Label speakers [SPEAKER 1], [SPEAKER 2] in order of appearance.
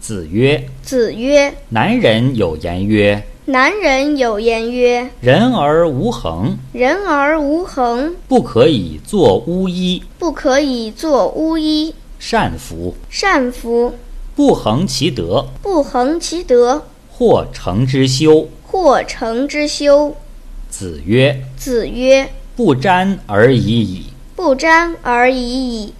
[SPEAKER 1] 子曰
[SPEAKER 2] 子曰：“
[SPEAKER 1] 男人有言曰：‘
[SPEAKER 2] 男人有言曰：
[SPEAKER 1] 人而无恒，
[SPEAKER 2] 人而无恒，
[SPEAKER 1] 不可以作巫医。
[SPEAKER 2] 不可以作巫医。
[SPEAKER 1] 善夫，
[SPEAKER 2] 善夫，
[SPEAKER 1] 不恒其德，
[SPEAKER 2] 不恒其德，
[SPEAKER 1] 或成之修。’
[SPEAKER 2] 或成之修。”
[SPEAKER 1] 子曰
[SPEAKER 2] 子曰：“
[SPEAKER 1] 不沾而已矣。”
[SPEAKER 2] 不沾而已矣。